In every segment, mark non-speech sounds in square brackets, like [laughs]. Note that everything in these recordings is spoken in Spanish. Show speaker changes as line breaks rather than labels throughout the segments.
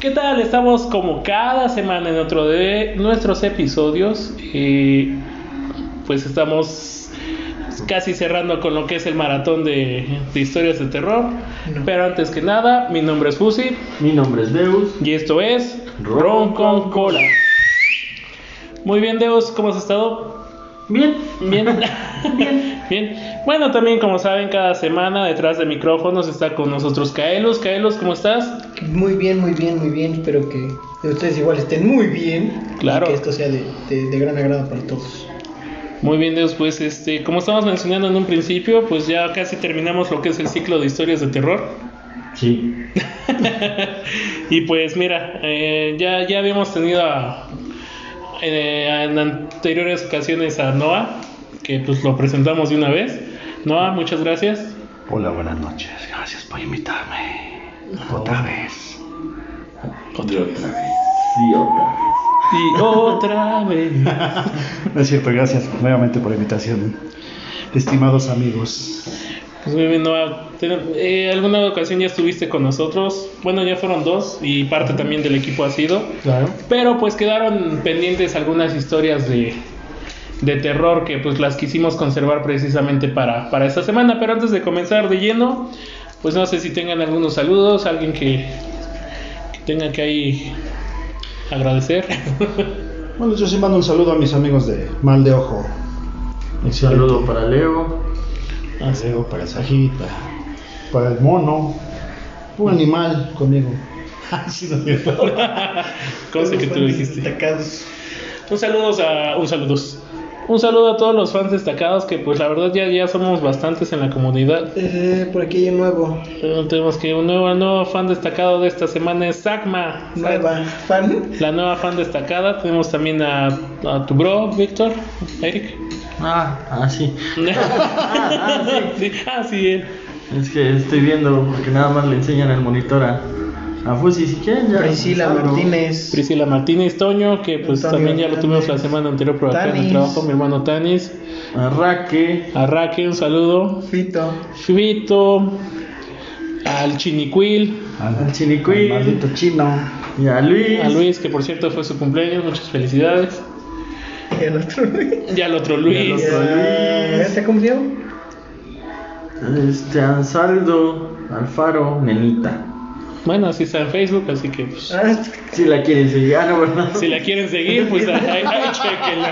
¿Qué tal? Estamos como cada semana en otro de nuestros episodios. Eh, pues estamos casi cerrando con lo que es el maratón de, de historias de terror. Pero antes que nada, mi nombre es Fusi
Mi nombre es Deus.
y esto es Ron con
Ron con
Cola. Muy bien, Deus, ¿cómo has estado?
Bien.
Bien, bien, bien. Bueno, también como saben, cada semana detrás de micrófonos está con nosotros Kaelos. Kaelos, ¿cómo estás?
Muy bien, muy bien, muy bien. Espero que ustedes igual estén muy bien.
Claro.
Y que esto sea de, de- de gran agrado para todos.
Muy bien, Dios, pues este, como estábamos mencionando en un principio, pues ya casi terminamos lo que es el ciclo de historias de terror.
Sí.
Y pues mira, eh, ya, ya habíamos tenido a- eh, en anteriores ocasiones a Noah, que pues lo presentamos de una vez. Noah, muchas gracias.
Hola, buenas noches. Gracias por invitarme. Otra vez.
Otra vez.
Sí, otra vez.
Y otra vez.
No es cierto, gracias nuevamente por la invitación. Estimados amigos.
Pues muy bien, Noah. Ten- eh, alguna ocasión ya estuviste con nosotros. Bueno, ya fueron dos y parte también del equipo ha sido.
Claro.
Pero pues quedaron pendientes algunas historias de, de terror que pues las quisimos conservar precisamente para, para esta semana. Pero antes de comenzar de lleno, pues no sé si tengan algunos saludos, alguien que, que tenga que ahí agradecer. [laughs]
Bueno, yo sí mando un saludo a mis amigos de Mal de Ojo.
Un saludo para Leo.
Saludo para Sajita, para el mono, un animal conmigo. Sí, no, no.
Cosa que tú dijiste.
Destacados.
Un saludo a un saludos. Un saludo a todos los fans destacados que pues la verdad ya, ya somos bastantes en la comunidad.
Eh, por aquí hay un nuevo.
Eh, Tenemos que un nuevo, nuevo fan destacado de esta semana es Sakma.
Nueva. Fan.
La nueva fan destacada, tenemos también a, a tu bro, Víctor, Eric.
Ah, ah, sí.
ah, sí. [laughs] ah, sí, él.
Es que estoy viendo porque nada más le enseñan el monitor a, a Fusi. Si quieren, ya.
Priscila
Claro.
Martínez.
Priscila Martínez Toño, que pues
Antonio
también ya lo tuvimos la
Tanis.
semana anterior por acá en el
Tanis.
trabajo, mi hermano Tanis.
A Raque.
A Raque, un saludo.
Fito.
Fibito, al Chiniquil,
Al Chinicuí.
Al maldito chino.
Y a Luis.
a Luis, que por cierto fue su cumpleaños, muchas felicidades.
Y el otro.
Y al otro Luis.
Eh,
otro
Ya,
Luis.
¿Ya te cumplió?
Este, Ansaldo. Alfaro. Nenita.
Bueno, así está en Facebook, así que pues,
Ah,
Si la quieren seguir, ah,
[laughs]
no, ¿verdad?
si la quieren seguir, pues ahí, ahí chequenla.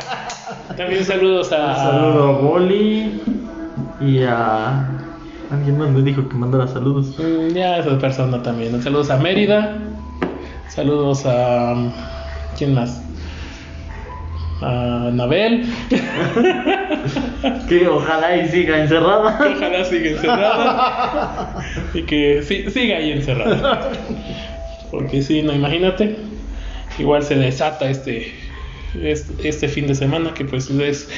También saludos a...
Un saludo a Boli y a. Alguien más me dijo que mandara saludos.
Mm, Ya esa persona también. Saludos a Mérida. Saludos a. ¿Quién más? A Anabel.
Que ojalá y siga encerrada.
[laughs] Ojalá siga encerrada. Y que sí- siga ahí encerrada. Porque si no, imagínate. Igual se desata este, este, este fin de semana que pues es...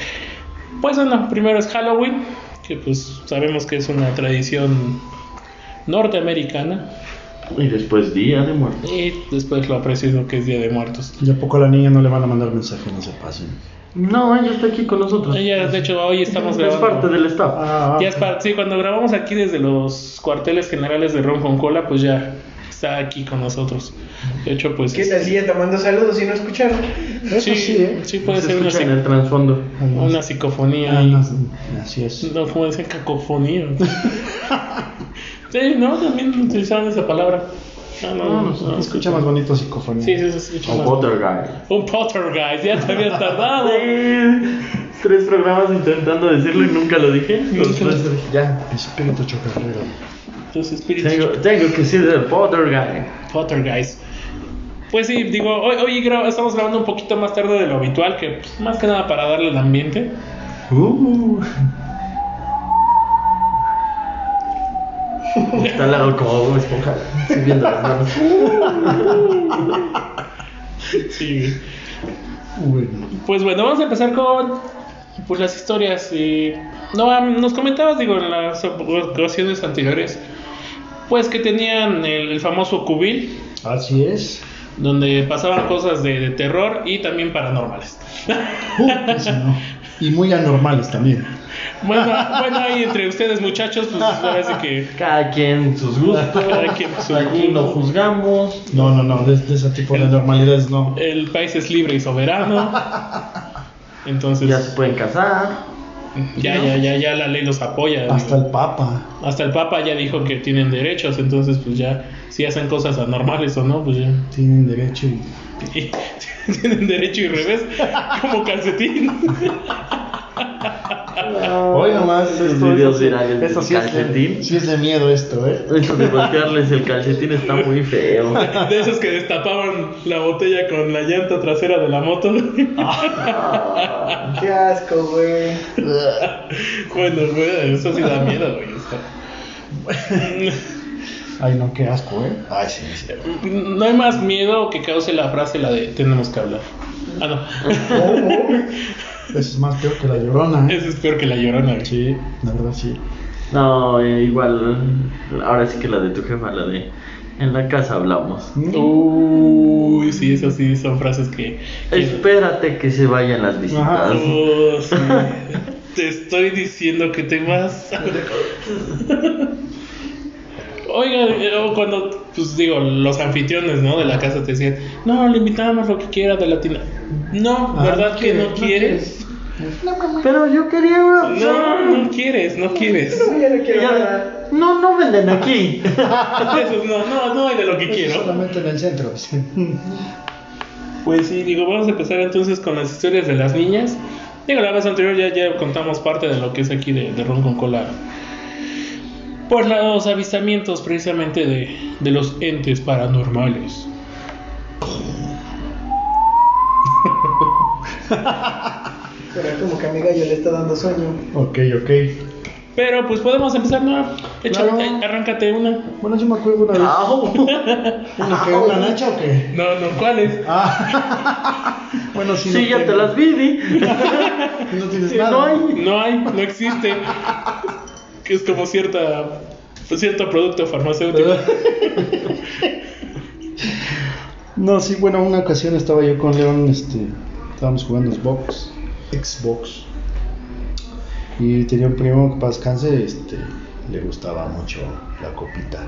Pues bueno, primero es Halloween, que pues sabemos que es una tradición norteamericana.
Y después Día de Muertos.
Y después lo aprecio lo que es Día de Muertos.
¿Y a poco a la niña no le van a mandar mensaje? No se pasen.
No, ella está aquí con nosotros.
Ella, de hecho, hoy estamos
es
grabando.
parte del staff.
Ah,
Ya es parte. Sí, cuando grabamos aquí desde los cuarteles generales de Ron con Cola, pues ya está aquí con nosotros. De hecho, pues.
¿Qué tal si ya te mando saludos y no escucharon?
eso
Sí,
sí, ¿eh?
sí puede
Se
ser una,
escucha en
psic-
el trasfondo.
una psicofonía.
Ah,
ahí.
no, así es.
No, como dicen, cacofonía. [laughs] sí, no, también utilizaron esa palabra. Ah, No, no, no. no.
Escucha más bonito psicofonía.
Sí, sí, sí, se escucha
O
más.
Poltergeist.
Un poltergeist, ya te habías tardado.
[laughs]
[laughs]
Tres programas intentando decirlo y nunca lo dije. Los
Nunca lo
tres-
dije.
Ya.
Espíritu chocarrero.
Tus espíritus
Tengo, tengo que ser el Poltergeist.
Poltergeist. Pues sí, digo, hoy, hoy gra- estamos grabando un poquito más tarde de lo habitual, que pues, más que nada para darle el ambiente.
Uh. Está al lado como Bob Esponja, subiendo las manos.
Sí.
Bueno.
Pues bueno, vamos a empezar con pues, las historias. eh. no, am, nos comentabas, digo, en las ocasiones anteriores, pues que tenían el, el famoso cubil,
Así es.
donde pasaban cosas de, de terror y también paranormales.
Uh, eso no. Y muy anormales también.
Bueno, bueno, ahí entre ustedes, muchachos, pues ahora sí que.
Cada quien sus gustos.
Cada quien sus
Aquí
[laughs]
no
gustos.
juzgamos.
No, no, no, de, de ese tipo de normalidades no.
El país es libre y soberano. Entonces,
Ya se pueden casar.
ya, ya, ya, ya la ley los apoya. digo.
Hasta el Papa.
Hasta el Papa ya dijo que tienen derechos, entonces pues ya, si hacen cosas anormales o no, pues ya.
Tienen derecho y.
Y- [laughs] tienen derecho y revés, como calcetín.
Oye, nomás.
Estos videos virales del calcetín.
Es, sí es de miedo esto, ¿eh?
Eso de voltearles el calcetín está muy feo.
De esos que destapaban la botella con la llanta trasera de la
[laughs]
moto.
Qué asco, güey.
bueno, güey, eso sí da miedo, güey. o sea.
Ay, no, qué asco, ¿eh? Ay, sí, sí.
No hay más miedo que cause la frase la de tenemos que hablar. Ah, no. [laughs]
[laughs]
Eso es más peor que la llorona, ¿eh?
Eso es peor que la llorona, güey.
Sí, la verdad sí.
No, eh, igual. Ahora sí que la de tu jefa, la de. En la casa hablamos.
Uy, sí, eso sí, son frases que... que-
Espérate que se vayan las visitas.
Oh, sí. Te estoy diciendo que te vas. Oiga, eh, o cuando, pues digo, los anfitriones, ¿no? De la casa te decían, no, le invitamos lo que quiera de la tina. No,
Ah,
¿verdad
no
que
quieres,
no
no
quieres?
pues,
Pero yo quería una
No, no quieres, no quieres. [laughs]
No, ya no
Y
quiero nada.
ya- No, no venden aquí.
Eso no, no, no, de lo que
Eso
quiero.
Solamente en el centro. [laughs] sí.
Pues sí, digo, vamos a empezar entonces con las historias de las niñas. Digo, la vez anterior ya, ya contamos parte de lo que es aquí de, de Ron con Cola. Pues la- los avistamientos precisamente de, de los entes paranormales.
Pero como que a mi gallo le está dando sueño.
Ok, ok.
Pero pues podemos empezar, ¿no? Échale,
Claro.
eh, arráncate una.
Bueno, yo me acuerdo una vez.
Au.
¿Una que
Ah.
una nacha o qué?
No, no, ¿cuál es?
Ah, bueno, si
Sí,
no
ya te
tengo-
las vi, di.
No tienes
Sí,
nada.
no hay.
No hay, no existe. Que es como cierta, pues, cierto producto
[laughs]
farmacéutico.
No, sí, bueno, una ocasión estaba yo con León, este, estábamos jugando Xbox, Xbox. Y tenía un primo que para descanse, este, le gustaba mucho la copita.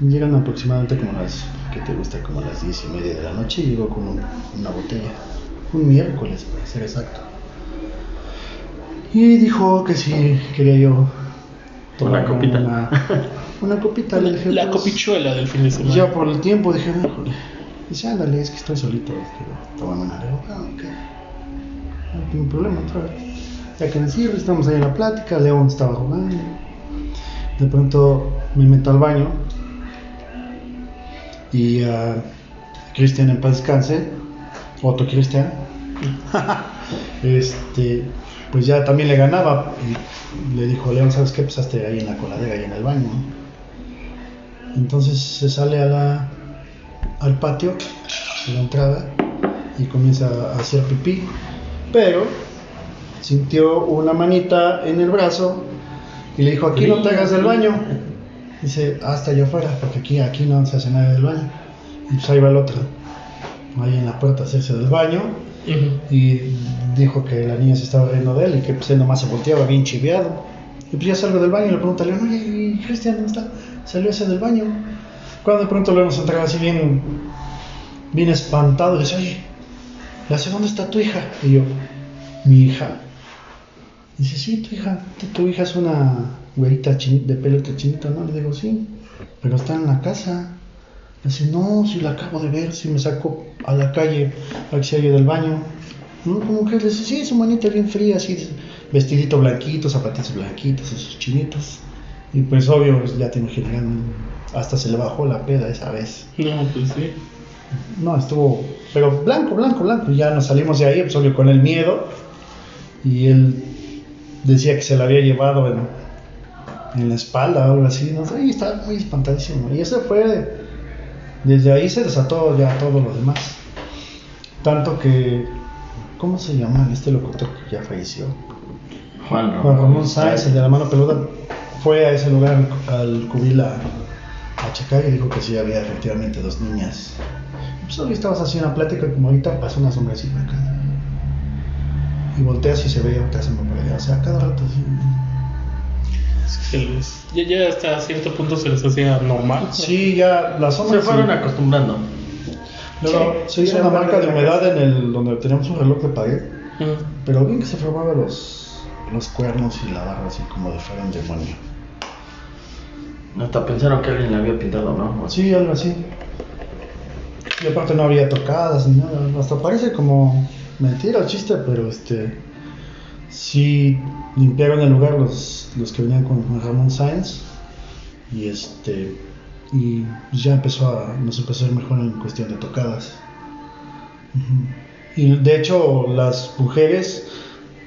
Llegan aproximadamente como las, que te gusta, como las diez y media de la noche y llegó con un- una botella. Un miércoles, para ser exacto. Y dijo que sí, quería yo
Una copita.
Una, una copita, le dije.
[laughs] La
pues,
copichuela del fin de
y
semana.
ya por el tiempo dije, híjole. Dice, ándale, es que estoy solito, quiero tomarme una. Le digo, ah, ok. No tengo problema, otra vez. Ya que me sirve, estamos ahí en la plática, León estaba jugando. De pronto me meto al baño y a Cristian en paz descanse, otro Cristian, [laughs] este, pues ya también le ganaba y le dijo, León, ¿sabes qué? Pues hazte ahí en la coladera, ahí en el baño. ¿no?". Entonces se sale a la, al patio, a la entrada, y comienza a hacer pipí. Pero sintió una manita en el brazo y le dijo, aquí no
[laughs]
te hagas del baño. Dice, hasta allá afuera, porque aquí, aquí no se hace nada del baño. Y pues ahí va el otro, ahí en la puerta a hacerse del baño.
Ujú.
Y dijo que la niña se estaba riendo de él y que pues él nomás se volteaba bien chiviado. Y pues ya salgo del baño y le pregunto a León, oye, ¿y Cristian dónde está? Salió ese del baño. Cuando de pronto lo vemos entrar así bien, bien espantado, y dice, oye, ya sé dónde está tu hija. Y yo, mi hija. Dice, sí, tu hija, tu, tu hija es una güerita chin- de pelo chinito, ¿no? Le digo, sí, pero está en la casa. Dice, no, si la acabo de ver, si me saco a la calle para que se oye del baño. No, como que le dice, sí, su manita bien fría, así, vestidito blanquito, zapatitos blanquitos, esos chinitos. Y pues obvio, pues, ya te imaginan, hasta se le bajó la peda esa vez.
No, pues sí.
No, estuvo, pero blanco, blanco, blanco. Y ya nos salimos de ahí, pues obvio, con el miedo. Y él decía que se la había llevado en, en la espalda o algo así. No sé, y estaba muy espantadísimo. Y eso fue, desde ahí se desató ya todo lo demás. Tanto que, ¿cómo se llama este locutor que ya falleció?
Juan
Juan Ramón Sáenz, el de la mano peluda, fue a ese lugar al cubil a, a checar y dijo que sí había efectivamente dos niñas. Pues hoy estabas haciendo una plática como ahorita, pasó una sombrecita acá. Y volteas y se ve otra semana por allá. O sea, cada rato así.
Se les- ya, ya hasta cierto punto se les hacía normal.
Sí, ya la zona.
Se fueron
sí.
acostumbrando.
Luego
Sí,
se hizo
era
una
parte
marca
de
de
la
humedad en el donde teníamos un reloj de pared.
Mm.
Pero bien que se formaba los, los cuernos y la barra así como de fuera un demonio.
Hasta pensaron que alguien la había pintado, ¿no?
Sí, algo así. Y aparte no había tocadas ni nada. Hasta parece como mentira o chiste, pero este. Sí limpiaron el lugar los, los que venían con Juan Ramón Sáenz. Y este. Y ya empezó a. Nos empezó a ir mejor en cuestión de tocadas. Ujú. Y de hecho, las mujeres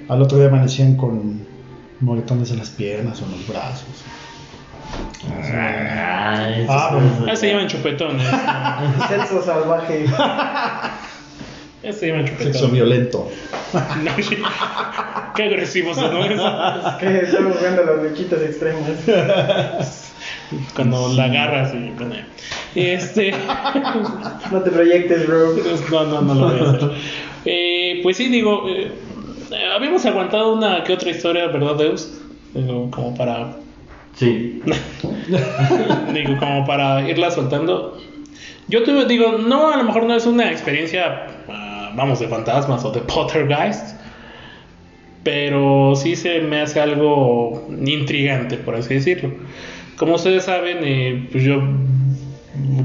al otro día amanecían con moretones en las piernas o en los brazos.
Ay, eso
Ah,
es-
Ah, se llaman chupetones. Ah,
Sexo salvaje.
Ya se llaman chupetones.
Sexo violento.
No, sí. [laughs] Qué agresivos, ¿no? Es
que están jugando a las luchitas extremas.
Cuando la agarras y bueno, Este.
No te proyectes, bro.
No, no, no lo voy a hacer. Eh, pues sí, digo, eh, habíamos aguantado una que otra historia, ¿verdad, Deus? Digo, como para.
Sí.
[laughs] digo, como para irla soltando. Yo tuve, digo, no, a lo mejor no es una experiencia, ah, vamos, de fantasmas o de poltergeist. Pero sí se me hace algo intrigante, por así decirlo. Como ustedes saben, eh, pues yo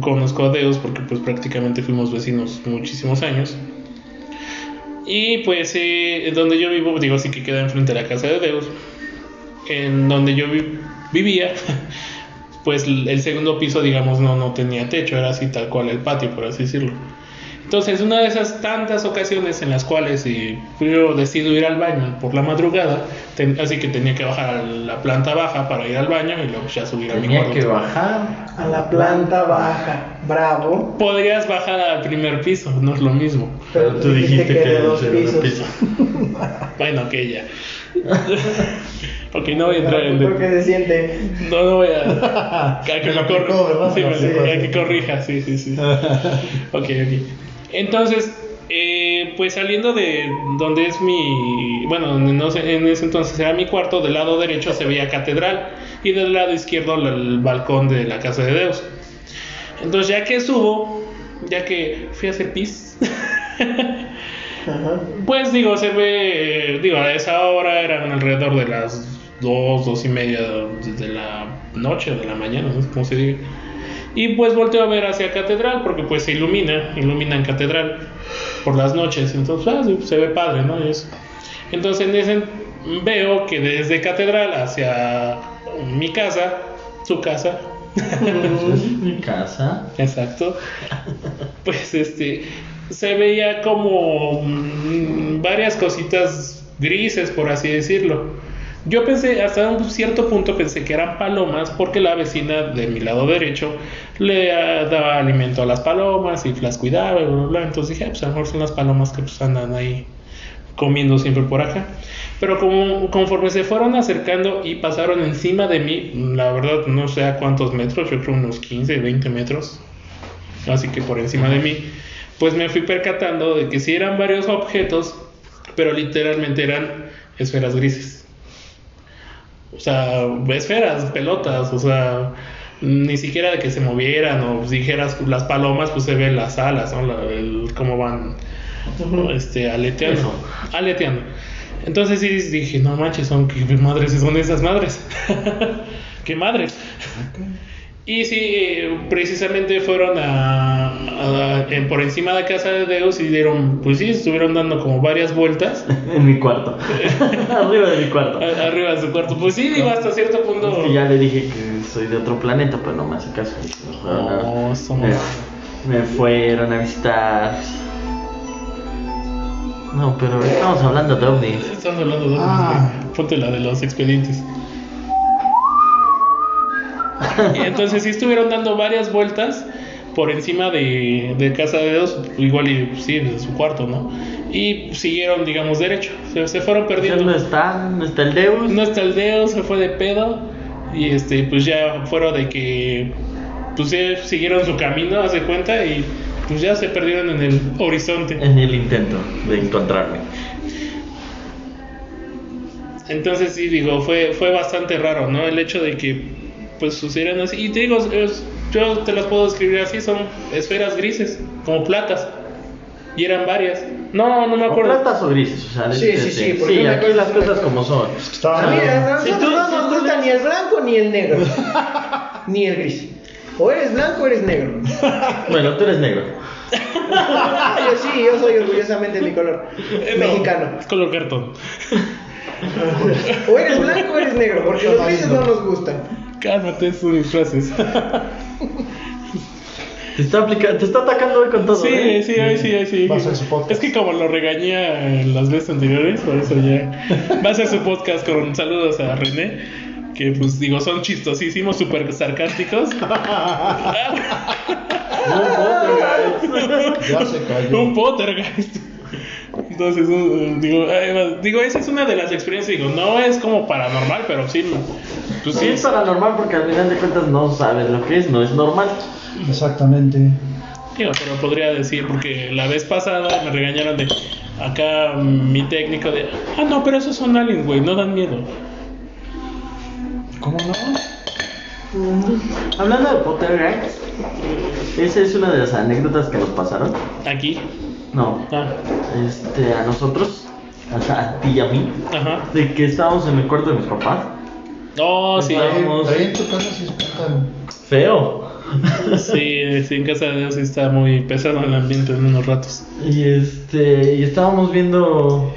conozco a Deus porque pues prácticamente fuimos vecinos muchísimos años. Y pues eh, donde yo vivo, digo así que queda enfrente de la casa de Deus, en donde yo vi- vivía, [laughs] pues l- el segundo piso, digamos, no, no tenía techo, era así tal cual el patio, por así decirlo. Entonces, una de esas tantas ocasiones en las cuales eh, yo decido ir al baño por la madrugada, ten- así que tenía que bajar a la planta baja para ir al baño y luego ya subir a mi
Tenía
cuarto.
que bajar.
A la planta baja. Bravo.
Podrías bajar al primer piso, no es lo mismo.
Pero tú dijiste que
de
era un
dos pisos.
piso.
[laughs]
[laughs]
Bueno, que
[laughs]
ya. [laughs] ok, no voy a entrar en...
¿Por qué se siente?
No, no voy a...
[laughs]
a que
Me
me
lo aplicó,
corra.
¿verdad?
Sí, me
Sí,
lo- a
sí.
que corrija, sí, sí,
[laughs]
sí. Ok, ok. Entonces, eh, pues saliendo de donde es mi. Bueno, donde no sé, en ese entonces era mi cuarto, del lado derecho se veía catedral y del lado izquierdo la- el balcón de la casa de Deus. Entonces, ya que subo, ya que fui a hacer pis. [laughs]
Ajá.
Pues digo, se ve, eh, digo, a esa hora eran alrededor de las 2, 2 y media de la noche o de la mañana, no sé cómo se diga. Y pues volteo a ver hacia Catedral, porque pues se ilumina, ilumina en Catedral por las noches, entonces ah, sí, se ve padre, ¿no? Y eso. Entonces en ese veo que desde Catedral hacia mi casa, su casa,
Es mi casa.
Exacto. Pues este se veía como mm, varias cositas grises, por así decirlo. Yo pensé, hasta un cierto punto pensé que eran palomas porque la vecina de mi lado derecho le ah, daba alimento a las palomas y las cuidaba, y bla, bla, bla. Entonces dije, "Ah, pues a lo mejor son las palomas que pues andan ahí comiendo siempre por acá. Pero como, conforme se fueron acercando y pasaron encima de mí, la verdad no sé a cuántos metros, yo creo unos 15, 20 metros, así que por encima de mí, pues me fui percatando de que sí eran varios objetos, pero literalmente eran esferas grises. O sea, esferas, pelotas, o sea, ni siquiera de que se movieran o si dijeras las palomas, pues se ven las alas, ¿no? La- el- cómo van
Ujú.
este, aleteando.
Eso.
Aleteando. Entonces sí dije, no manches, son qué madres son esas madres. [laughs] qué madres. Y sí, eh, precisamente fueron a, a- en- por encima de casa de Deus y dieron, pues sí, estuvieron dando como varias vueltas
En mi cuarto. [laughs] Arriba de mi cuarto.
a- arriba de su cuarto. Pues sí, digo, hasta cierto punto.
Es que ya le dije que soy de otro planeta, pero no me hace caso. O sea,
Oh,
No,
no.
somos-
me, me fueron a visitar. No, pero estamos hablando de ovnis.
Estamos hablando de otros,
Ah.
güey. Ponte la de los [laughs] expedientes. Y Entonces sí estuvieron dando varias vueltas por encima de, de Casa de Dios, igual y pues, sí, de su cuarto, ¿no? Y siguieron, digamos, derecho. Se, se fueron
Ya
perdiendo.
no está, no está el Deus.
No está el dedo, se fue de pedo. Y este, pues ya fueron de que. Pues sí, siguieron su camino, hace cuenta, y pues ya se perdieron en el horizonte.
En el intento de encontrarme.
Entonces sí, digo, fue, fue bastante raro, ¿no? El hecho de que pues sucedieran así. Y te digo, es- yo te las puedo describir así, son esferas grises, como platas. Y eran varias. No, no me
¿O
acuerdo.
platas o grises? O sea, este,
Sí, sí, sí, porque
Sí,
una
aquí
cosa
las
es una
cosas
cosa.
como son.
Estaba-
Ah, mira, a
Si
nosotros
tú-
no
si
nos
tú
gusta
le-
ni el blanco ni el negro. [laughs] ni el gris. O eres blanco o eres negro. [laughs]
Bueno, tú eres negro.
Ah, yo sí, yo soy orgullosamente mi color
Eh, no,
mexicano.
Color cartón.
O eres blanco o eres negro, porque los grises no nos gustan.
Cálmate, son mis frases.
Te está, aplica- te está atacando hoy con todo.
[laughs] Sí,
¿eh?
sí, hoy sí, hoy sí.
Va a ser su podcast.
Es que como lo regañé eh, las veces anteriores, por eso ya. Va a ser su podcast con saludos a René, que pues digo, son chistosísimos, súper
[laughs]
sarcásticos.
No, no, no, no.
Ya se
Un
cayó.
poltergeist. Entonces, un- digo, además, digo, esa es una de las experiencias, digo, no es como paranormal, pero sí, pues
[laughs] Sí,
sí,
es paranormal porque al final de cuentas no sabes lo que es, no es normal.
Exactamente.
Digo, pero podría decir, porque la vez pasada me regañaron de acá mm, mi técnico de, ah, no, pero esos son aliens, güey, no dan miedo.
¿Cómo no?
Hablando de Pottergeist, esa es una de las anécdotas que nos pasaron.
Aquí.
No,
Ah,
este, a nosotros, [laughs] o sea, a ti y a mí,
ajá.
de que estábamos en el cuarto de mis papás.
Oh, sí.
Ajá. Vamos.
Ahí en tu casa se espantan.
Feo.
Sí, sí, en casa de Dios sí está muy pesado el ambiente en unos ratos.
Y este, y estábamos viendo.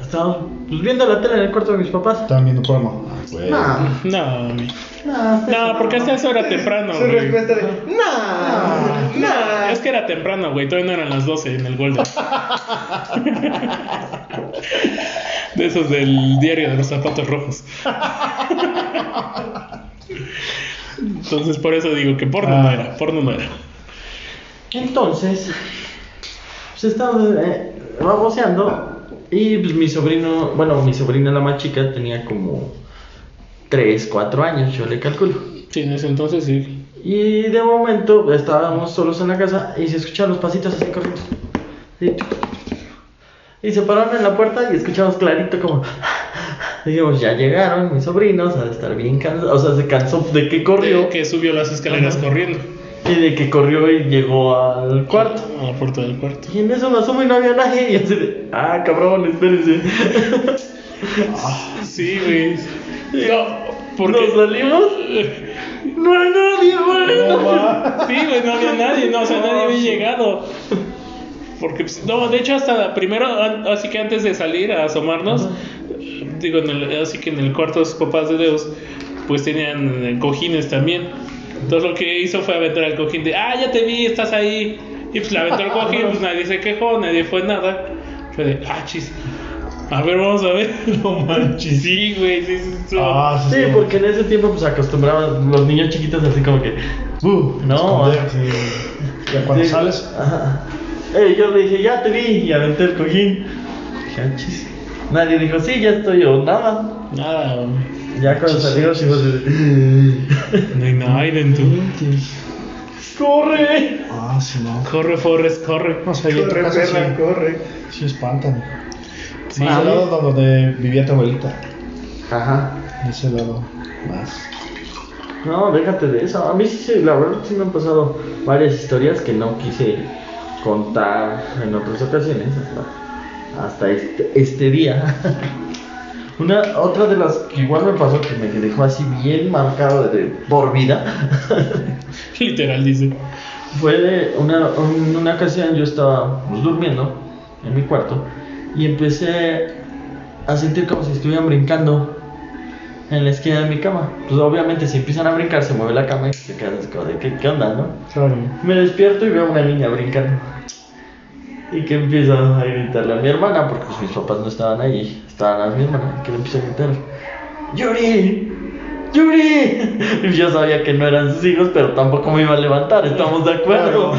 Estábamos pues, viendo la tele en el cuarto de mis papás.
Estaban viendo porno. Güey.
Ah.
Nah,
No, mi-
nah,
no, porque hasta eso era temprano,
Su
güey.
respuesta de nah, nah.
Es que era temprano, güey, todavía no eran las 12 en el [laughs] Golden. De esos del diario de los zapatos rojos. Entonces por eso digo que porno no
Ah.
era, porno no era.
Entonces, pues estábamos eh, baboseando. Y pues mi sobrino, bueno, mi sobrina la más chica tenía como 3, 4 años, yo le calculo.
Sí, en ese entonces sí.
Y de momento estábamos solos en la casa y se escuchaban los pasitos así corriendo. Así. Y se pararon en la puerta y escuchamos clarito como... [laughs] Dijimos, ya llegaron mis sobrinos, ha de estar bien cansado. O sea, se cansó de que corrió
Que subió las escaleras
Ajá.
corriendo
y de que corrió y llegó al cuarto.
a la puerta del cuarto.
Y en eso me asomo y no había nadie. Y yo así de, ah, cabrón, espérense.
Sí, güey. No, porque...
¿Nos salimos? No hay nadie, güey.
No va.
Sí, güey, no había nadie, no, o sea, nadie había llegado. Porque, pues, no, de hecho, hasta primero, an- así que antes de salir a asomarnos, digo, en el- así que en el cuarto de sus papás de Deus, pues tenían eh, cojines también. Entonces lo que hizo fue aventar el cojín de, ah, ya te vi, estás ahí. Y pues le aventó el cojín, pues nadie se quejó, nadie fue nada. Fue de, ah, chis. A ver, vamos a ver. [laughs] No manches. Sí, güey, sí, sí, estuvo-
Ah,
Sí, porque en ese tiempo pues acostumbraban los niños chiquitos así como que... "Uh, no,
Esconder, sí. Ya cuando
Sí.
sales.
Ajá. Eh, yo le dije, ya te vi, y aventé el cojín. Dije, "Ah, chis". Nadie dijo, sí, ya estoy yo, nada.
Nada, güey.
Ya cuando salimos, hijos de.
No hay nada dentro.
¡Corre!
Ah, sí, no.
Corre, Forrest, corre.
No sé, hay
Corre,
otra casa
perra,
sí,
corre.
sí espantan.
Sí,
Más
Ah,
al lado donde vivía tu abuelita.
Ajá.
De ese lado. Más.
No, déjate de eso. A mí sí, sí, la verdad sí me han pasado varias historias que no quise contar en otras ocasiones hasta, hasta este, este día. [laughs] Una, otra de las que igual me pasó que me dejó así bien marcado de por vida [laughs]
Literal, dice.
Fue de una, un- una ocasión, yo estaba pues, durmiendo en mi cuarto y empecé a sentir como si estuvieran brincando en la esquina de mi cama. Pues obviamente si empiezan a brincar se mueve la cama y se quedas como de ¿qué, qué onda, no?
Claro.
Me despierto y veo a una niña brincando. Y que empieza a gritarle a mi hermana, porque pues, mis papás no estaban ahí, estaban las mi hermana, y que le empieza a gritar, ¡Yuri! ¡Yuri! [laughs] Y yo sabía que no eran sus hijos, pero tampoco me iba a levantar, estamos de acuerdo.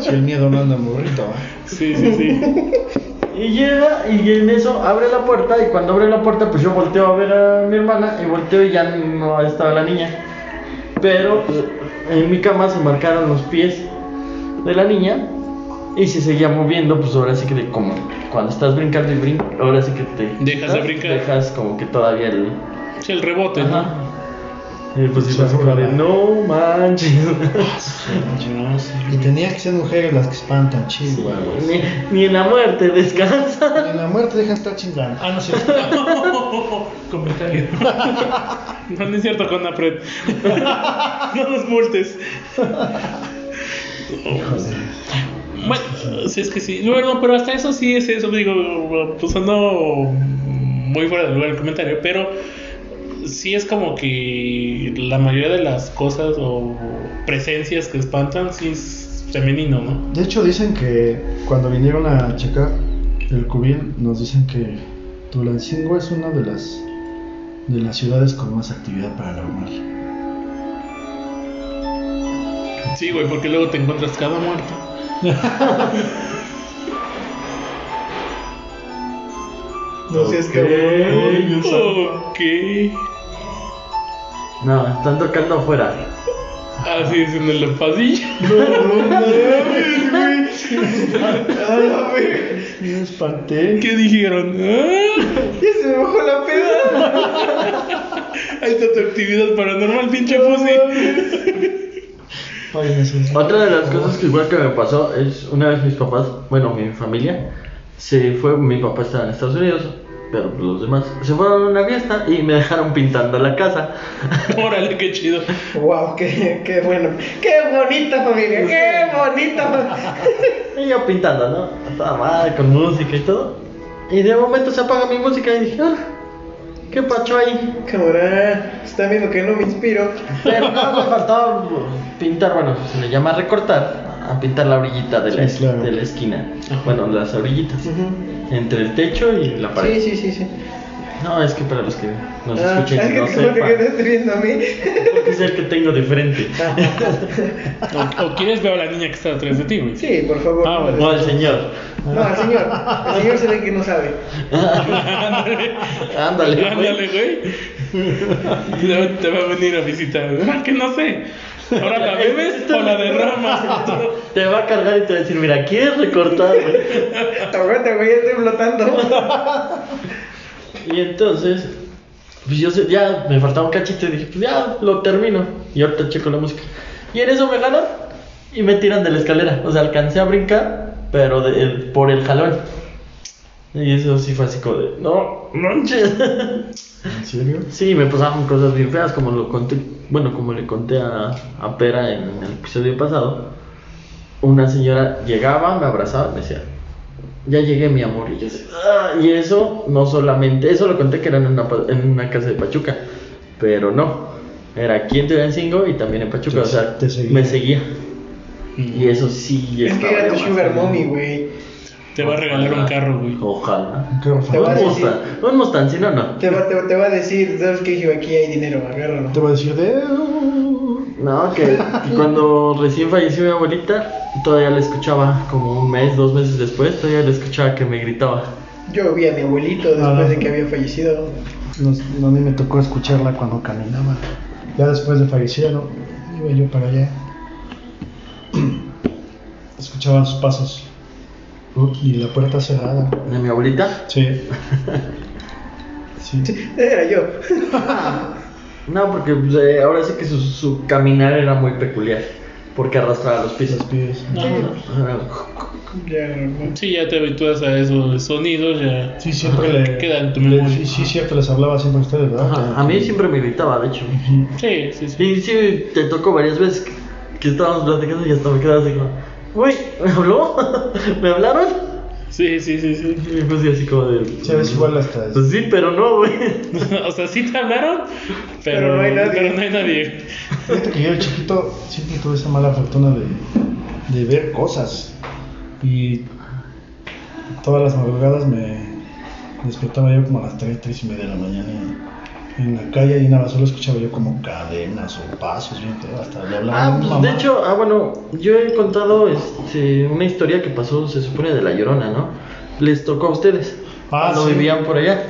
Si el miedo no anda ¿eh? morrito.
Sí, sí, sí.
Y llega, y en eso abre la puerta, y cuando abre la puerta, pues yo volteo a ver a mi hermana, y volteo y ya no estaba la niña. Pero pues, en mi cama se marcaron los pies de la niña, y se seguía moviendo, pues ahora sí que de como cuando estás brincando y brincas, ahora sí que te.
Dejas de brincar.
Dejas como que todavía el.
Sí, el rebote,
Ajá. Y pues sí,
Sí,
vas como de,
¿verdad?
no manches. [laughs]
¿no? Yo sí.
Y tenía que ser mujeres las que espantan, chihuahua.
ni, ni en la muerte descansa.
En la muerte dejan estar chingando. Ah, no sé. [laughs]
Comentario. [laughs] No, no es cierto, Conapred. [laughs] No nos multes. Bueno, si es que sí. Bueno, pero hasta eso sí es eso. Digo, pues ando muy fuera de lugar el comentario, pero sí es como que la mayoría de las cosas o presencias que espantan sí es femenino, ¿no?
De hecho, dicen que cuando vinieron a checar el cubil, nos dicen que Tulancingo es una de las de las ciudades con más actividad paranormal.
Sí, güey, porque luego te encuentras cada muerto.
No sé, es que-
Ok.
No, están tocando afuera.
Así Ah, es en el pasillo. [laughs]
Me espanté.
¿Qué dijeron? ¡Ah!
Ya se me bajó la peda.
Ahí está tu actividad paranormal, pinche
[laughs]
pussy.
Ay, me asusté.
Otra de las cosas que igual que me pasó es una vez mis papás, bueno, mi familia, se fue, mi papá estaba en Estados Unidos, pero los demás se fueron a una fiesta y me dejaron pintando la casa.
Órale, qué chido.
Wow, qué, qué bueno. Qué bonita familia, qué bonita familia.
Y yo pintando, ¿no? A toda madre, con música y todo. Y de momento se apaga mi música y dije, "Ah, ¿qué pacho ahí?
Camarada, está viendo que no me inspiro.
Pero no, me faltaba pintar, bueno, se le llama recortar, a pintar la orillita de la,
Sí, claro.
de la esquina. Bueno, las orillitas. Entre el techo y la pared.
Sí, sí, sí, sí.
No, es que para los que nos
Ah, es
escuchan y
que
no
te juro que te
sepan,
estás viendo a mí.
porque es el que tengo de frente.
O, o quieres ver a la niña que está detrás de ti, güey.
Sí, por favor.
Ah, bueno.
No, el señor.
No, al señor. El señor se ve que no sabe.
[laughs] Ándale,
Ándale.
ándale, güey. Te, te va a venir a visitar. Ah, que no sé. Ahora la bebes o la derramas.
[laughs] Te va a cargar y te va a decir, mira, ¿quieres recortar? güey?"
Aguanta, güey, ya estoy flotando.
Y entonces, pues yo sé- ya me faltaba un cachito y dije, pues ya lo termino. Y ahorita checo la música. Y en eso me jalan y me tiran de la escalera. O sea, alcancé a brincar, pero de- el- por el jalón. Y eso sí fue así como de, no, manches. [laughs]
¿En serio?
Sí, me pasaban cosas bien feas, como lo conté, bueno, como le conté a, a Pera en el episodio pasado. Una señora llegaba, me abrazaba, y me decía, ya llegué mi amor. Y, yo decía, "Ah", y eso no solamente, eso lo conté que era en una, pa- en una casa de Pachuca, pero no, era aquí en Tulancingo y también en Pachuca,
Te-
o sea,
te seguía.
me seguía. Y eso sí,
Es que
estaba
era tu
de más.
sugar mommy, güey.
Te va a regalar un carro, güey.
Ojalá.
Qué horror.
Te va a
Un
decir,
Mustang, un Mustang, si no, no.
te va, te, va- te va a decir, ¿sabes qué? hijo? Aquí hay dinero, agárralo.
Te voy a decir de.
No, que cuando recién falleció mi abuelita, todavía la escuchaba como un mes, dos meses después, todavía la escuchaba que me gritaba.
Yo vi a mi abuelito
Ah.
después de que había fallecido.
Nos- a mí me tocó escucharla cuando caminaba. Ya después de fallecida, ¿no? Iba yo para allá. [clears throat] Escuchaban sus pasos. Y la puerta cerrada.
¿De mi abuelita?
Sí. [laughs] Sí.
Era yo.
No, porque pues, eh, ahora sí que su, su caminar era muy peculiar, porque arrastraba los pisos.
Los pies.
No,
Ya, no.
Sí, ya te habitúas a esos sonidos, ya.
Sí, siempre le.
Queda en tu
le-
memoria.
sí, sí, cierto, les hablaba siempre a ustedes, ¿verdad?
Ajá, A mí siempre me gritaba, de hecho.
Sí, sí, sí.
Y sí, te tocó varias veces que, que estábamos platicando y hasta me quedaba así como, uy, ¿me habló? [laughs] ¿Me hablaron?
Sí, sí, sí, sí. [laughs]
Y me puse así como de...
Sí, a veces igual hasta.
Pues sí, pero no, güey.
O sea, sí te hablaron, pero,
Pero no hay nadie.
pero no hay nadie.
Fíjate que yo de chiquito siempre tuve esa mala fortuna de, de ver cosas. Y todas las madrugadas me despertaba yo como a las 3, 3 y media de la mañana en, en la calle y nada, solo escuchaba yo como cadenas o pasos, bien, todo, hasta le hablaba a
Ah,
mi
pues
mamá.
de hecho, ah, bueno, yo he contado este, una historia que pasó, se supone, de La Llorona, ¿no? Les tocó a ustedes.
Ah,
cuando
sí.
vivían por allá.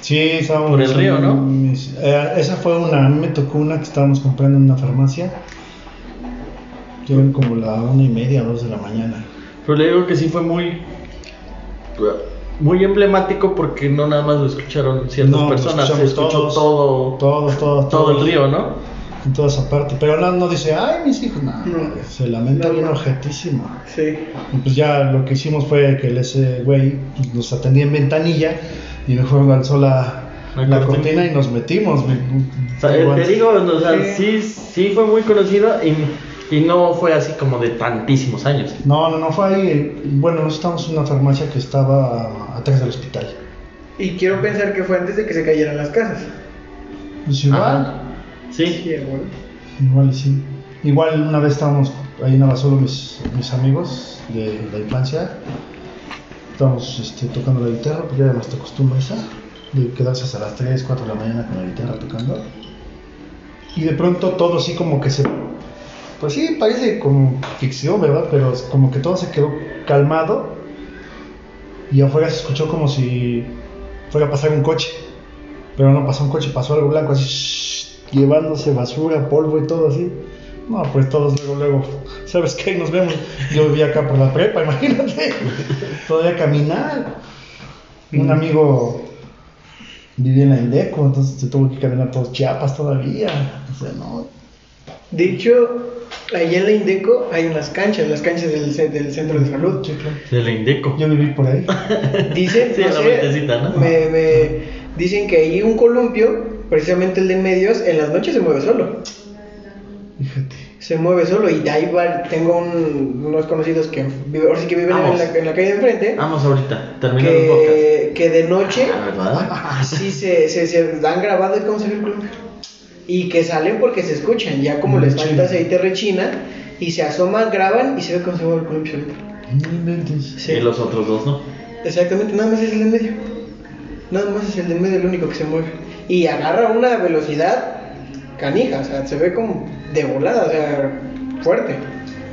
Sí, estábamos.
Por el río, ¿no?
mis- eh, esa fue una. A mí me tocó una que estábamos comprando en una farmacia. Yo eran como la una y media, dos de la mañana.
Pero le digo que sí fue muy. muy emblemático porque no nada más lo escucharon ciertas
No, lo
personas, se
escuchamos
escuchó todo,
todos.
todo,
Todo, todo,
el río, ¿no?
En toda esa parte. Pero no, no dice, ay, mis hijos, no.
No.
Se lamenta
No,
bien
no.
objetísimo.
Sí.
Y pues ya lo que hicimos fue que el ese güey pues, nos atendía en ventanilla y mejor lanzó la,
La cortina.
la cortina y nos metimos. güey.
O sea, eh, te digo, o sea, sí,
Sí.
sí fue muy conocido y, y no fue así como de tantísimos años.
No, no, no fue ahí. eh, Bueno, nosotros estábamos en una farmacia que estaba atrás del hospital.
Y quiero pensar que fue antes de que se cayeran las casas.
Pues igual,
Ajá. Sí.
Sí, bueno.
igual y sí. Igual una vez estábamos ahí en Abasolo mis, mis amigos de la infancia. Estábamos este, tocando la guitarra, porque ya nos te acostumbras ¿ah? de quedarse hasta las 3, 4 de la mañana con la guitarra tocando. Y de pronto todo así como que se... Pues sí, parece como ficción, ¿verdad? Pero es como que todo se quedó calmado y afuera se escuchó como si fuera a pasar un coche. Pero no pasó un coche, pasó algo blanco así, shhh, llevándose basura, polvo y todo así. No, pues todos luego, luego, ¿sabes qué? Nos vemos. Yo vivía acá por la prepa, [laughs] imagínate. Todavía caminar. Un amigo vivía en la Indeco, entonces se tuvo que caminar por Chiapas todavía. O sea, no.
De hecho, allá en la Indeco hay unas canchas, las canchas del, ce- del centro
[laughs]
de salud.
Sí, claro.
Del Indeco.
Yo viví por ahí.
Dicen,
Sí,
no
la
sé,
vueltecita, ¿no?
me- me dicen que ahí un columpio, precisamente el de medios, en las noches se mueve solo.
Fíjate.
Se mueve solo y de ahí va- tengo un- unos conocidos que, vive- ahora sí que viven en
Vamos.
la, en la calle de enfrente,
Vamos ahorita, terminando el podcast.
que, que de noche
Ah, ¿Verdad?
así se, se, se dan grabado y cómo se ve el columpio. Y que salen porque se escuchan, ya como les falta aceite rechina, y se asoman, graban y se ve cómo se mueve el columpio ahorita.
No inventes.
Sí.
Y los otros dos, ¿no?
Exactamente, nada más es el de en medio. Nada más es el de en medio el único que se mueve. Y agarra una velocidad canija, o sea, se ve como de volada, o sea, fuerte.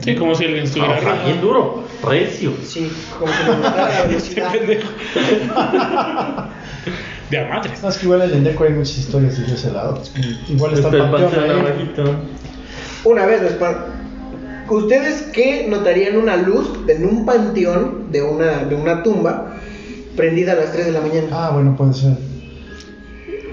Sí, como si alguien estuviera
Ah, o sea,
arriba.
bien duro, recio.
Sí, como que le matara
[laughs]
la velocidad.
De a madres.
No, es que igual en el Indeco hay muchas historias de ese lado. Igual está
Está
el
el Este, panteón
panteón ahí.
abajito.
Una vez, les pa- ¿ustedes qué notarían una luz en un panteón de una, de una tumba prendida a las 3 de la mañana?
Ah, bueno, puede ser.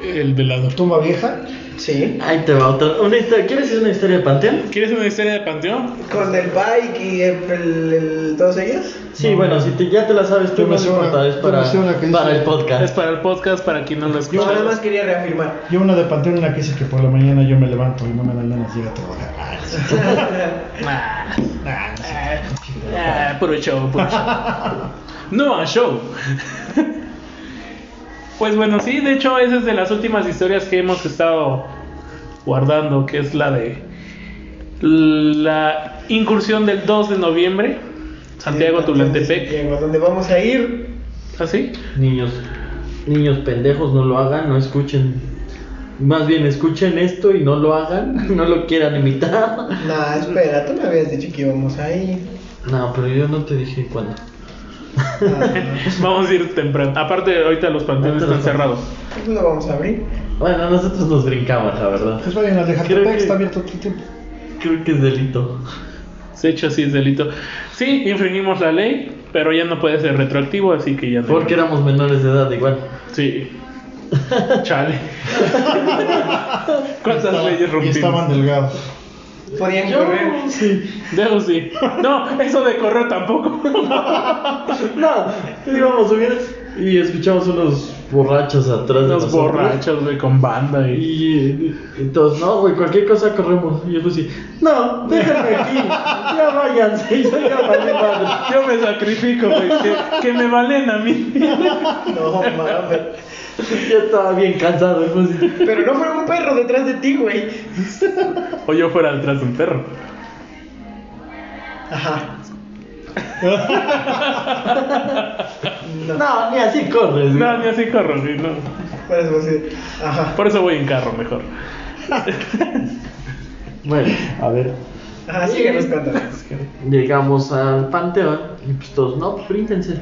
El velador.
Tumba vieja.
Sí.
Ahí te va otra. Una historia. ¿Quieres hacer una historia de panteón?
¿Quieres una historia de panteón?
Con el bike y el, el- el- todos ellos.
Sí,
No.
bueno, si te- ya te la sabes tú,
Yo me
no
sé una-
importa, es
yo me
para,
sé una que
para
dice-
el
Es
podcast.
para el podcast, para quien no lo
Yo
escucha.
nada más quería [laughs] reafirmar.
Yo una de panteón en la que dice que por la mañana yo me levanto y no me dan ganas de ir a trabajar. Ah, sí. Ah, sí.
Ah, Eh, puro show, puro [laughs] show. No a show. Pues bueno, sí, de hecho, esa es de las últimas historias que hemos estado guardando, que es la de la incursión del 2 de noviembre, Santiago ¿Ah, Tulantepec.
Santiago, donde vamos a ir.
¿Así?
Niños, niños pendejos, no lo hagan, no escuchen. Más bien, escuchen esto y no lo hagan, [laughs] no lo quieran imitar.
No, espera, tú me habías dicho que íbamos a ir.
No, pero yo no te dije cuándo.
Ah,
Vamos a ir temprano. Aparte, ahorita los panteones están cerrados.
pues lo vamos a abrir.
Bueno, nosotros nos brincamos, la verdad.
Pues vayan a dejar
Creo que-
está abierto todo el tiempo.
Creo que es delito.
De hecho, sí es delito. Sí, infringimos la ley, pero ya no puede ser retroactivo, así que ya no.
Porque éramos menores de edad, igual.
Sí. Chale. ¿Cuántas
Estaba-
leyes
Y
rompimos?
estaban delgados.
Podían correr.
Sí.
Dejo sí. No, eso de correr tampoco.
No, íbamos a subir y escuchamos unos borrachos atrás de
Los
nosotros.
borrachos, güey, con banda y.
Y eh, entonces, no, güey, cualquier cosa corremos. Y el Lucy, no, déjenme aquí, ya váyanse, yo ya valí madre.
Yo me sacrifico, güey, que, que me valen a mí.
No mames.
Yo estaba bien cansado, el Lucy.
Pero no fue un perro detrás de ti, güey.
O yo fuera detrás de un perro.
Ajá.
No, ni así corres, güey.
No, ni así corro, güey, no.
Por eso sí. Ajá.
Por eso voy en carro mejor.
Bueno, a ver.
Ajá, síguenos contando.
Llegamos al panteón y pues todos, no, pues bríndense.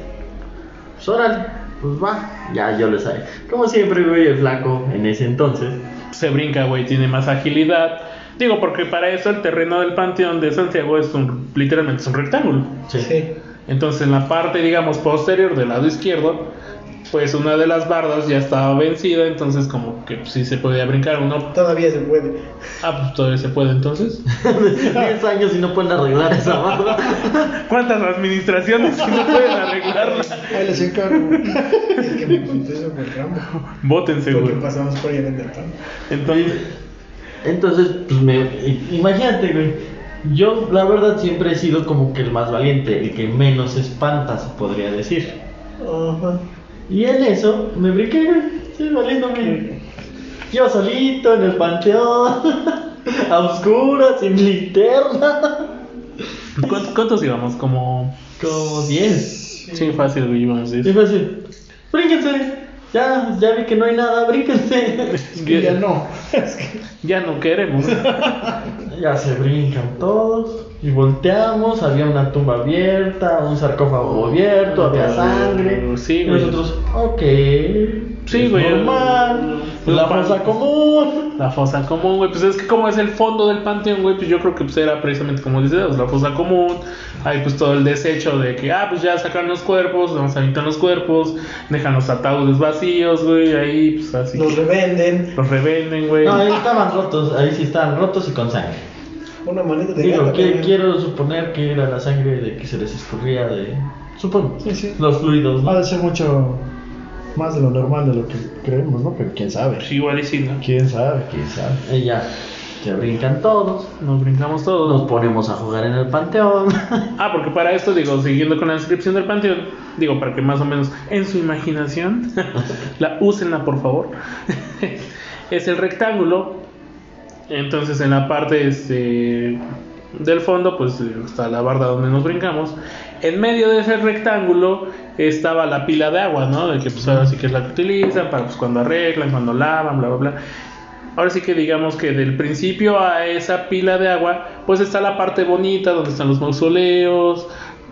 Pues órale, pues va. Ya, yo lo sabía. Como siempre, güey, el flaco en ese entonces.
Se brinca, güey, tiene más agilidad.
[laughs]
Digo, porque para eso el terreno del panteón de Santiago es un. literalmente es un rectángulo.
Sí.
Entonces en la parte, digamos, posterior del lado izquierdo, pues una de las bardas ya estaba vencida, entonces como que pues, sí se podía brincar uno.
Todavía se puede.
Ah, pues todavía se puede entonces.
10 años y no pueden arreglar esa barra.
[laughs] ¿Cuántas administraciones que [laughs] no pueden arreglarla?
Ahí les encargo.
Es que me contó eso por Rambo.
Voten
Porque
seguro.
pasamos por ahí en el pan.
Entonces,
Entonces, pues me. i- Imagínate, güey. Yo, la verdad, siempre he sido como que el más valiente, el que menos espanta, se podría decir.
Ajá.
Y en eso me brinqué, güey. Sí, valiéndome. Yo solito en el panteón, [laughs] a oscuras, sin linterna.
¿cuántos, cuántos íbamos? Como.
Como 10.
Sí, fácil, güey, íbamos
Y
10.
fue así: brínquense. Ya, ya vi que no hay nada, brínquense.
Y ya no. Es que
[laughs] Ya no queremos.
[laughs]
Ya se brincan todos y volteamos, había una tumba abierta, un sarcófago abierto, había sangre.
Ah, Sí,
y
güey.
nosotros, ok.
Sí,
es
güey, el-
Normal,
el
la
pan-
fosa común.
La fosa común, güey. Pues es que como es el fondo del panteón, güey, pues yo creo que pues era precisamente como dices, pues, la fosa común. Hay pues todo el desecho de que, ah, pues ya sacan los cuerpos, nos habitan los cuerpos, dejan los ataúdes vacíos, güey, ahí pues así.
Nos revenden.
Los revenden, güey.
No, ahí estaban rotos, ahí sí estaban rotos y con sangre.
Una manita de
Digo,
gato
que-
también.
quiero suponer que era la sangre de que se les escurría de. Supongo.
Sí, sí.
Los fluidos,
ha
¿no?
de ser mucho más de lo normal de lo que creemos, ¿no? Pero quién sabe.
Pues, igual y sí, ¿no?
Quién sabe.
Quién sabe. Y ya, se brincan todos.
Nos brincamos todos.
Nos ponemos a jugar en el panteón.
Ah, porque para esto, digo, siguiendo con la descripción del panteón, digo, para que más o menos en su imaginación, [laughs] la úsenla por favor, [laughs] es el rectángulo. Entonces, en la parte este, del fondo, pues eh, está la barda donde nos brincamos. En medio de ese rectángulo estaba la pila de agua, ¿no? De que pues ahora sí que es la que utilizan para pues, cuando arreglan, cuando lavan, bla, bla, bla. Ahora sí que digamos que del principio a esa pila de agua, pues está la parte bonita donde están los mausoleos,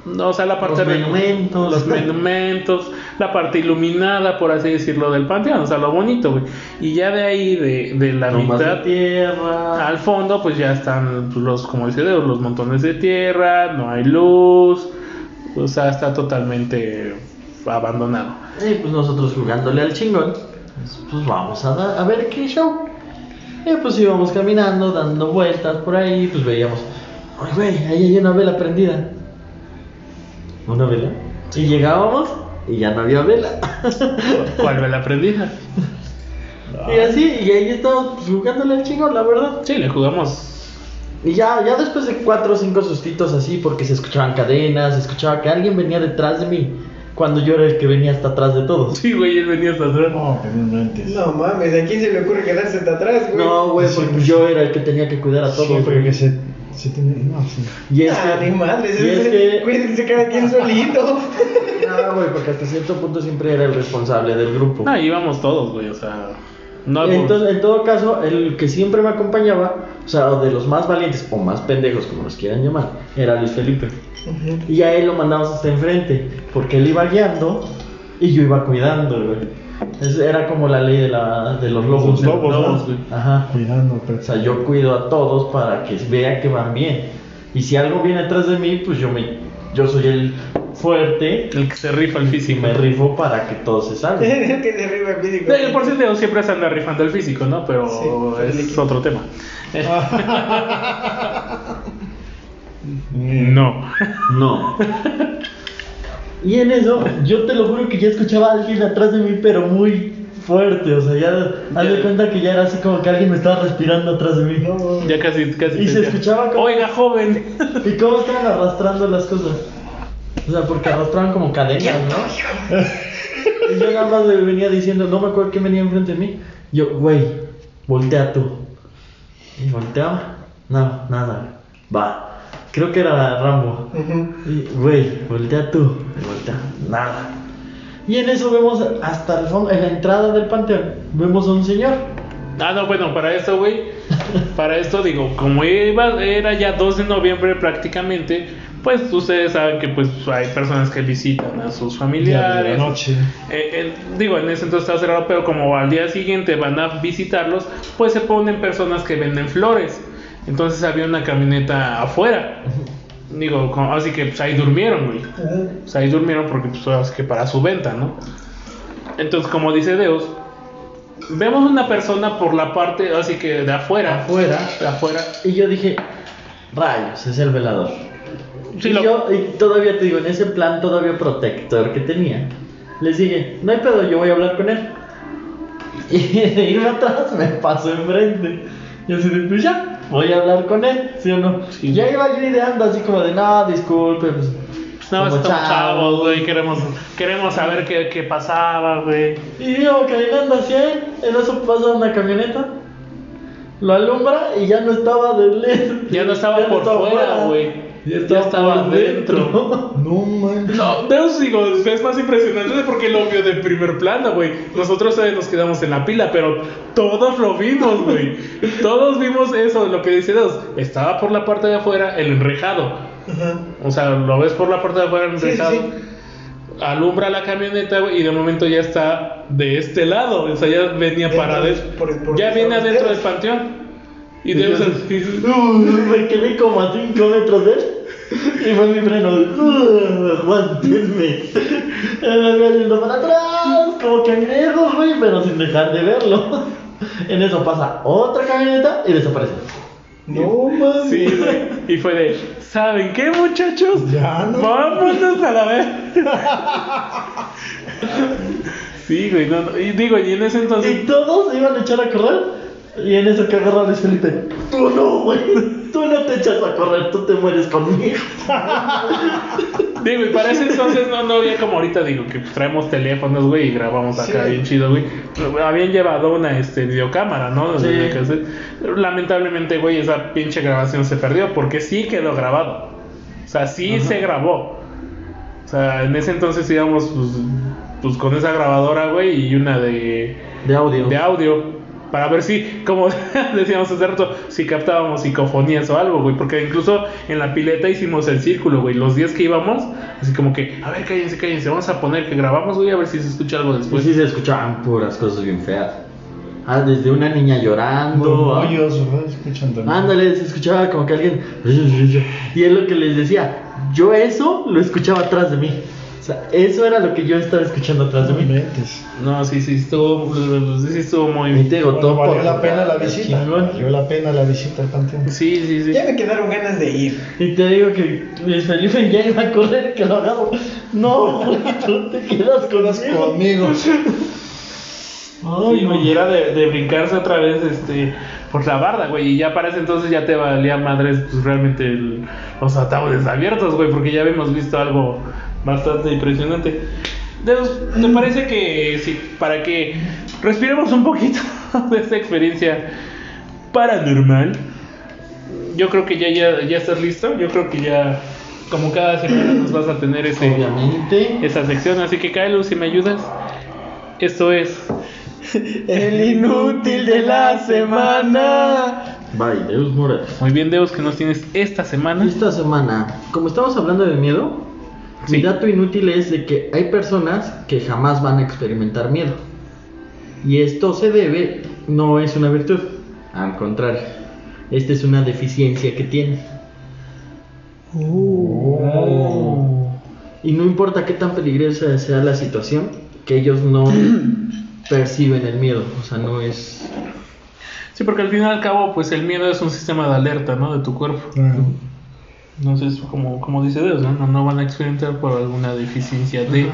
no, o sea, la parte
Los
re-
monumentos. [laughs]
los monumentos, la parte iluminada, por así decirlo, del panteón, o sea, lo bonito, güey. Y ya de ahí, de, de la
Tomas de
mitad
tierra.
al fondo, pues ya están pues, los, como dice Deo, los montones de tierra, no hay luz, o sea, está totalmente abandonado. [laughs]
Y pues nosotros jugándole al chingón, pues, pues vamos a, dar- a ver qué show. Y pues íbamos caminando, dando vueltas por ahí, pues veíamos, ay güey, ahí hay una vela prendida. ¿Una vela? Y llegábamos y ya no había vela.
¿Cuál fue la aprendiza?
y así, y ahí estábamos pues, jugándole al chingón, la verdad.
Sí, le jugamos.
Y ya, ya después de cuatro o cinco sustitos así, porque se escuchaban cadenas, se escuchaba que alguien venía detrás de mí, cuando yo era el que venía hasta atrás de todos.
Sí, güey, él venía hasta atrás.
No, pero no antes.
No mames, ¿a quién se le ocurre quedarse hasta atrás, güey?
No, güey, porque yo era el que tenía que cuidar a todos.
Siempre
güey.
que se, se tiene. No, sí.
Y es
Ah,
que,
ni madres,
y es que-
cuídense cada quien [laughs] solito.
[laughs] No, güey, porque hasta cierto punto siempre era el responsable del grupo.
No, íbamos todos, güey, o sea. No,
Entonces, en todo caso, el que siempre me acompañaba, o sea, o de los más valientes o más pendejos, como los quieran llamar, era Luis Felipe.
Ujú.
Y a él lo mandamos hasta enfrente, porque él iba guiando y yo iba cuidando, güey. Es- Era como la ley de, la, de los lobos.
Los lobos,
lobos,
¿no?
güey.
Ajá.
Cuidando, pero.
O sea, yo cuido a todos para que vean que van bien. Y si algo viene atrás de mí, pues yo me yo soy el fuerte
el que se rifa el
y
físico.
me rifo para que todos se salgan.
El que se arriba el físico.
Eh, Por cierto, Deo siempre se anda rifando el físico, ¿no? Pero
Sí, pero el
es
equipo.
otro
[laughs]
tema. Eh,
Mm.
no. [laughs]
No. Y en eso, yo te lo juro que ya escuchaba a alguien atrás de mí, pero muy fuerte. O sea, ya haz de cuenta que ya era así como que alguien me estaba respirando atrás de mí.
Ya casi, casi.
Y
te
se
decía,
escuchaba como-
Oiga, joven.
¿Y cómo estaban arrastrando las cosas? O sea, porque arrastraban como cadenas, ¿no? Y yo nada más le venía diciendo, no me acuerdo quién venía enfrente de mí. Yo, güey, voltea tú. Y volteaba. No, nada. Va. Creo que era Rambo.
Ujú.
Y, Güey, voltea tú. Y voltea. Nada. Y en eso vemos hasta el fondo, en la entrada del panteón, vemos a un señor.
Ah, no, bueno, para esto, güey. Para esto, digo, como iba, era ya 2 de noviembre prácticamente, pues ustedes saben que pues hay personas que visitan a sus
Ya de
familiares.
la noche.
Eh, eh, digo, en ese entonces está cerrado, pero como al día siguiente van a visitarlos, pues se ponen personas que venden flores. Entonces había una camioneta afuera. Digo, como- así que pues ahí durmieron, güey.
Ajá.
O sea, ahí durmieron porque pues ahora sí que para su venta, ¿no? Entonces, como dice Deus, vemos una persona por la parte, así que de afuera,
Afuera.
de afuera.
Y yo dije, rayos, es el velador.
Sí,
y
lo-
yo, y todavía te digo, en ese plan todavía protector que tenía, les dije, no hay pedo, yo voy a hablar con él. [laughs] Y de irme atrás me pasó enfrente. Y así de, pues ya, voy a hablar con él, ¿sí o no?
Sí.
Y ya iba yo ideando así como de, no, disculpe, pues.
No,
como
estamos
chavos".
chavos, güey, queremos, queremos saber qué, qué pasaba, güey.
Y yo caminando hacia él, en eso pasa una camioneta, lo alumbra y ya no estaba de lejos.
Ya no estaba por fuera, güey. Ya estaba,
por
dentro.
No manches.
No, Deus, digo, es más impresionante porque lo vio de primer plano, güey. Nosotros eh, nos quedamos en la pila, pero todos lo vimos,
[laughs]
güey. Todos vimos eso, lo que dice Deus. Estaba por la parte de afuera, el enrejado.
Ajá.
O sea, lo ves por la parte de afuera
Sí, sí,
enrejado. Alumbra la camioneta, güey, y de momento ya está de este lado. O sea, ya venía
Dentro
para
de-
adentro.
por- por-
Ya
por
viene
ustedes.
adentro del panteón. Y Deus así, [laughs]
me quedé como a 5 metros de él. Y fue mi freno. "Uh, Aguántenme. [laughs] Me voy yendo para atrás, como que lejos, güey, pero sin dejar de verlo. [laughs] En eso pasa otra camioneta y desaparece.
No mames.
Sí, güey. Y fue de, ¿saben qué, muchachos?
Ya no.
Vámonos a la vez. sí, güey. no, no. Y digo, y en ese
Y
entonces.
todos se iban a echar a correr. Y en eso que agarra Luis Felipe. Tú no, güey. Tú no te echas a correr, tú te mueres conmigo.
Digo, y para ese entonces no, no había como ahorita, digo, que pues, traemos teléfonos, güey, y grabamos acá
Sí.
bien chido, güey. Pero Habían llevado una este, videocámara, ¿no?
Sí.
Desde que se- Lamentablemente, güey, esa pinche grabación se perdió porque sí quedó grabado. O sea, sí se grabó. O sea, en ese entonces íbamos pues, pues con esa grabadora, güey, y una de,
De audio.
de audio. Para ver si, como [laughs] decíamos hace rato, si captábamos psicofonías o algo, güey. Porque incluso en la pileta hicimos el círculo, güey. Los días que íbamos, así como que, a ver, cállense, cállense. Vamos a poner que grabamos, güey, a ver si se escucha algo
Pues
después.
sí se escuchaban puras cosas bien feas. Ah, desde una niña llorando. ah.
Murmullos, ¿verdad? Escuchan también.
Ándale, se escuchaba como que alguien. Y es lo que les decía. Yo eso lo escuchaba atrás de mí. O sea, eso era lo que yo estaba escuchando atrás de
No
mí.
inventes.
No, sí, sí, estuvo, sí, sí, estuvo
Y
muy...
te digo,
Bueno,
todo
valió
por-
la pena la visita.
Chingón.
Valió la pena la visita al panteón.
Sí, sí, sí.
Ya me quedaron ganas de ir.
Y te digo que Luis Felipe ya iba a correr, que lo agarro. No, [laughs] güey, tú te quedas con las
Conmigo.
Sí, güey, y era de, de brincarse otra vez este, por la barda, güey. Y ya para ese entonces ya te valía madres pues, realmente el- los ataúdes abiertos, güey, porque ya habíamos visto algo bastante impresionante. Dedos, ¿te parece que sí, para que respiremos un poquito [laughs] de esta experiencia paranormal? Yo creo que ya, ya, ya estás listo. Yo creo que ya, como cada semana, nos vas a tener ese
Obviamente.
esa sección. Así que, Kylo, si me ayudas, esto es.
El inútil de la semana. Bye, Deus Mora.
Muy bien, Deus, que nos tienes esta semana.
Esta semana, como estamos hablando de miedo,
Sí.
mi dato inútil es de que hay personas que jamás van a experimentar miedo. Y esto se debe, no es una virtud, al contrario, esta es una deficiencia que tiene. Y no importa qué tan peligrosa sea la situación, que ellos no perciben el miedo, o sea, no es...
Sí, porque al fin y al cabo, pues el miedo es un sistema de alerta, ¿no? De tu cuerpo.
Claro.
Oh.
Entonces, como, como dice Deus, ¿no? No, no van a experimentar por alguna deficiencia de.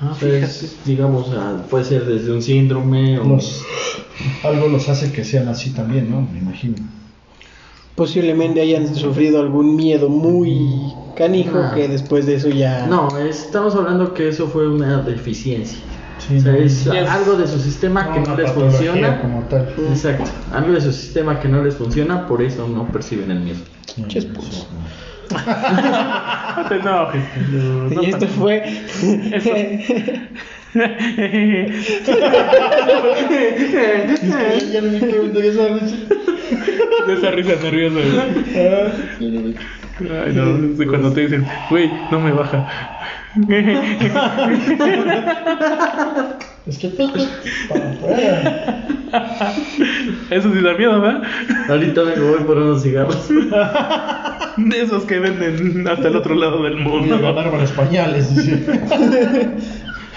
o sea, es, digamos, ah, puede ser desde un síndrome o...
Los- algo los hace que sean así también, ¿no? Me imagino.
Posiblemente hayan sufrido algún miedo muy canijo
Ah.
que después de eso ya.
No, estamos hablando que eso fue una deficiencia.
Sí,
O sea,
no,
es
Ya es-
algo de su sistema que
una
no les
patología
funciona.
Como tal.
Exacto, algo de su sistema que no les funciona, por eso no perciben el miedo.
Chespos.
No te enojes. [laughs] No, no
Y esto
te-
fue.
Eso.
Sí, ya no me pregunto qué sabes.
De esa risa nerviosa, güey. Ay, no, es de cuando te dicen, güey, no me baja. [laughs]
Es que tú, para afuera.
Eso sí da miedo, ¿verdad? [laughs]
Ahorita me voy por unos cigarros.
De esos que venden hasta el otro lado del
Voy a
mundo.
ganarme los pañales. dice.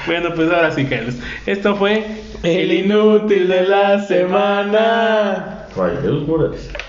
Bueno, pues ahora sí, Carlos. Esto fue El Inútil de la Semana.
Rayos, Morales.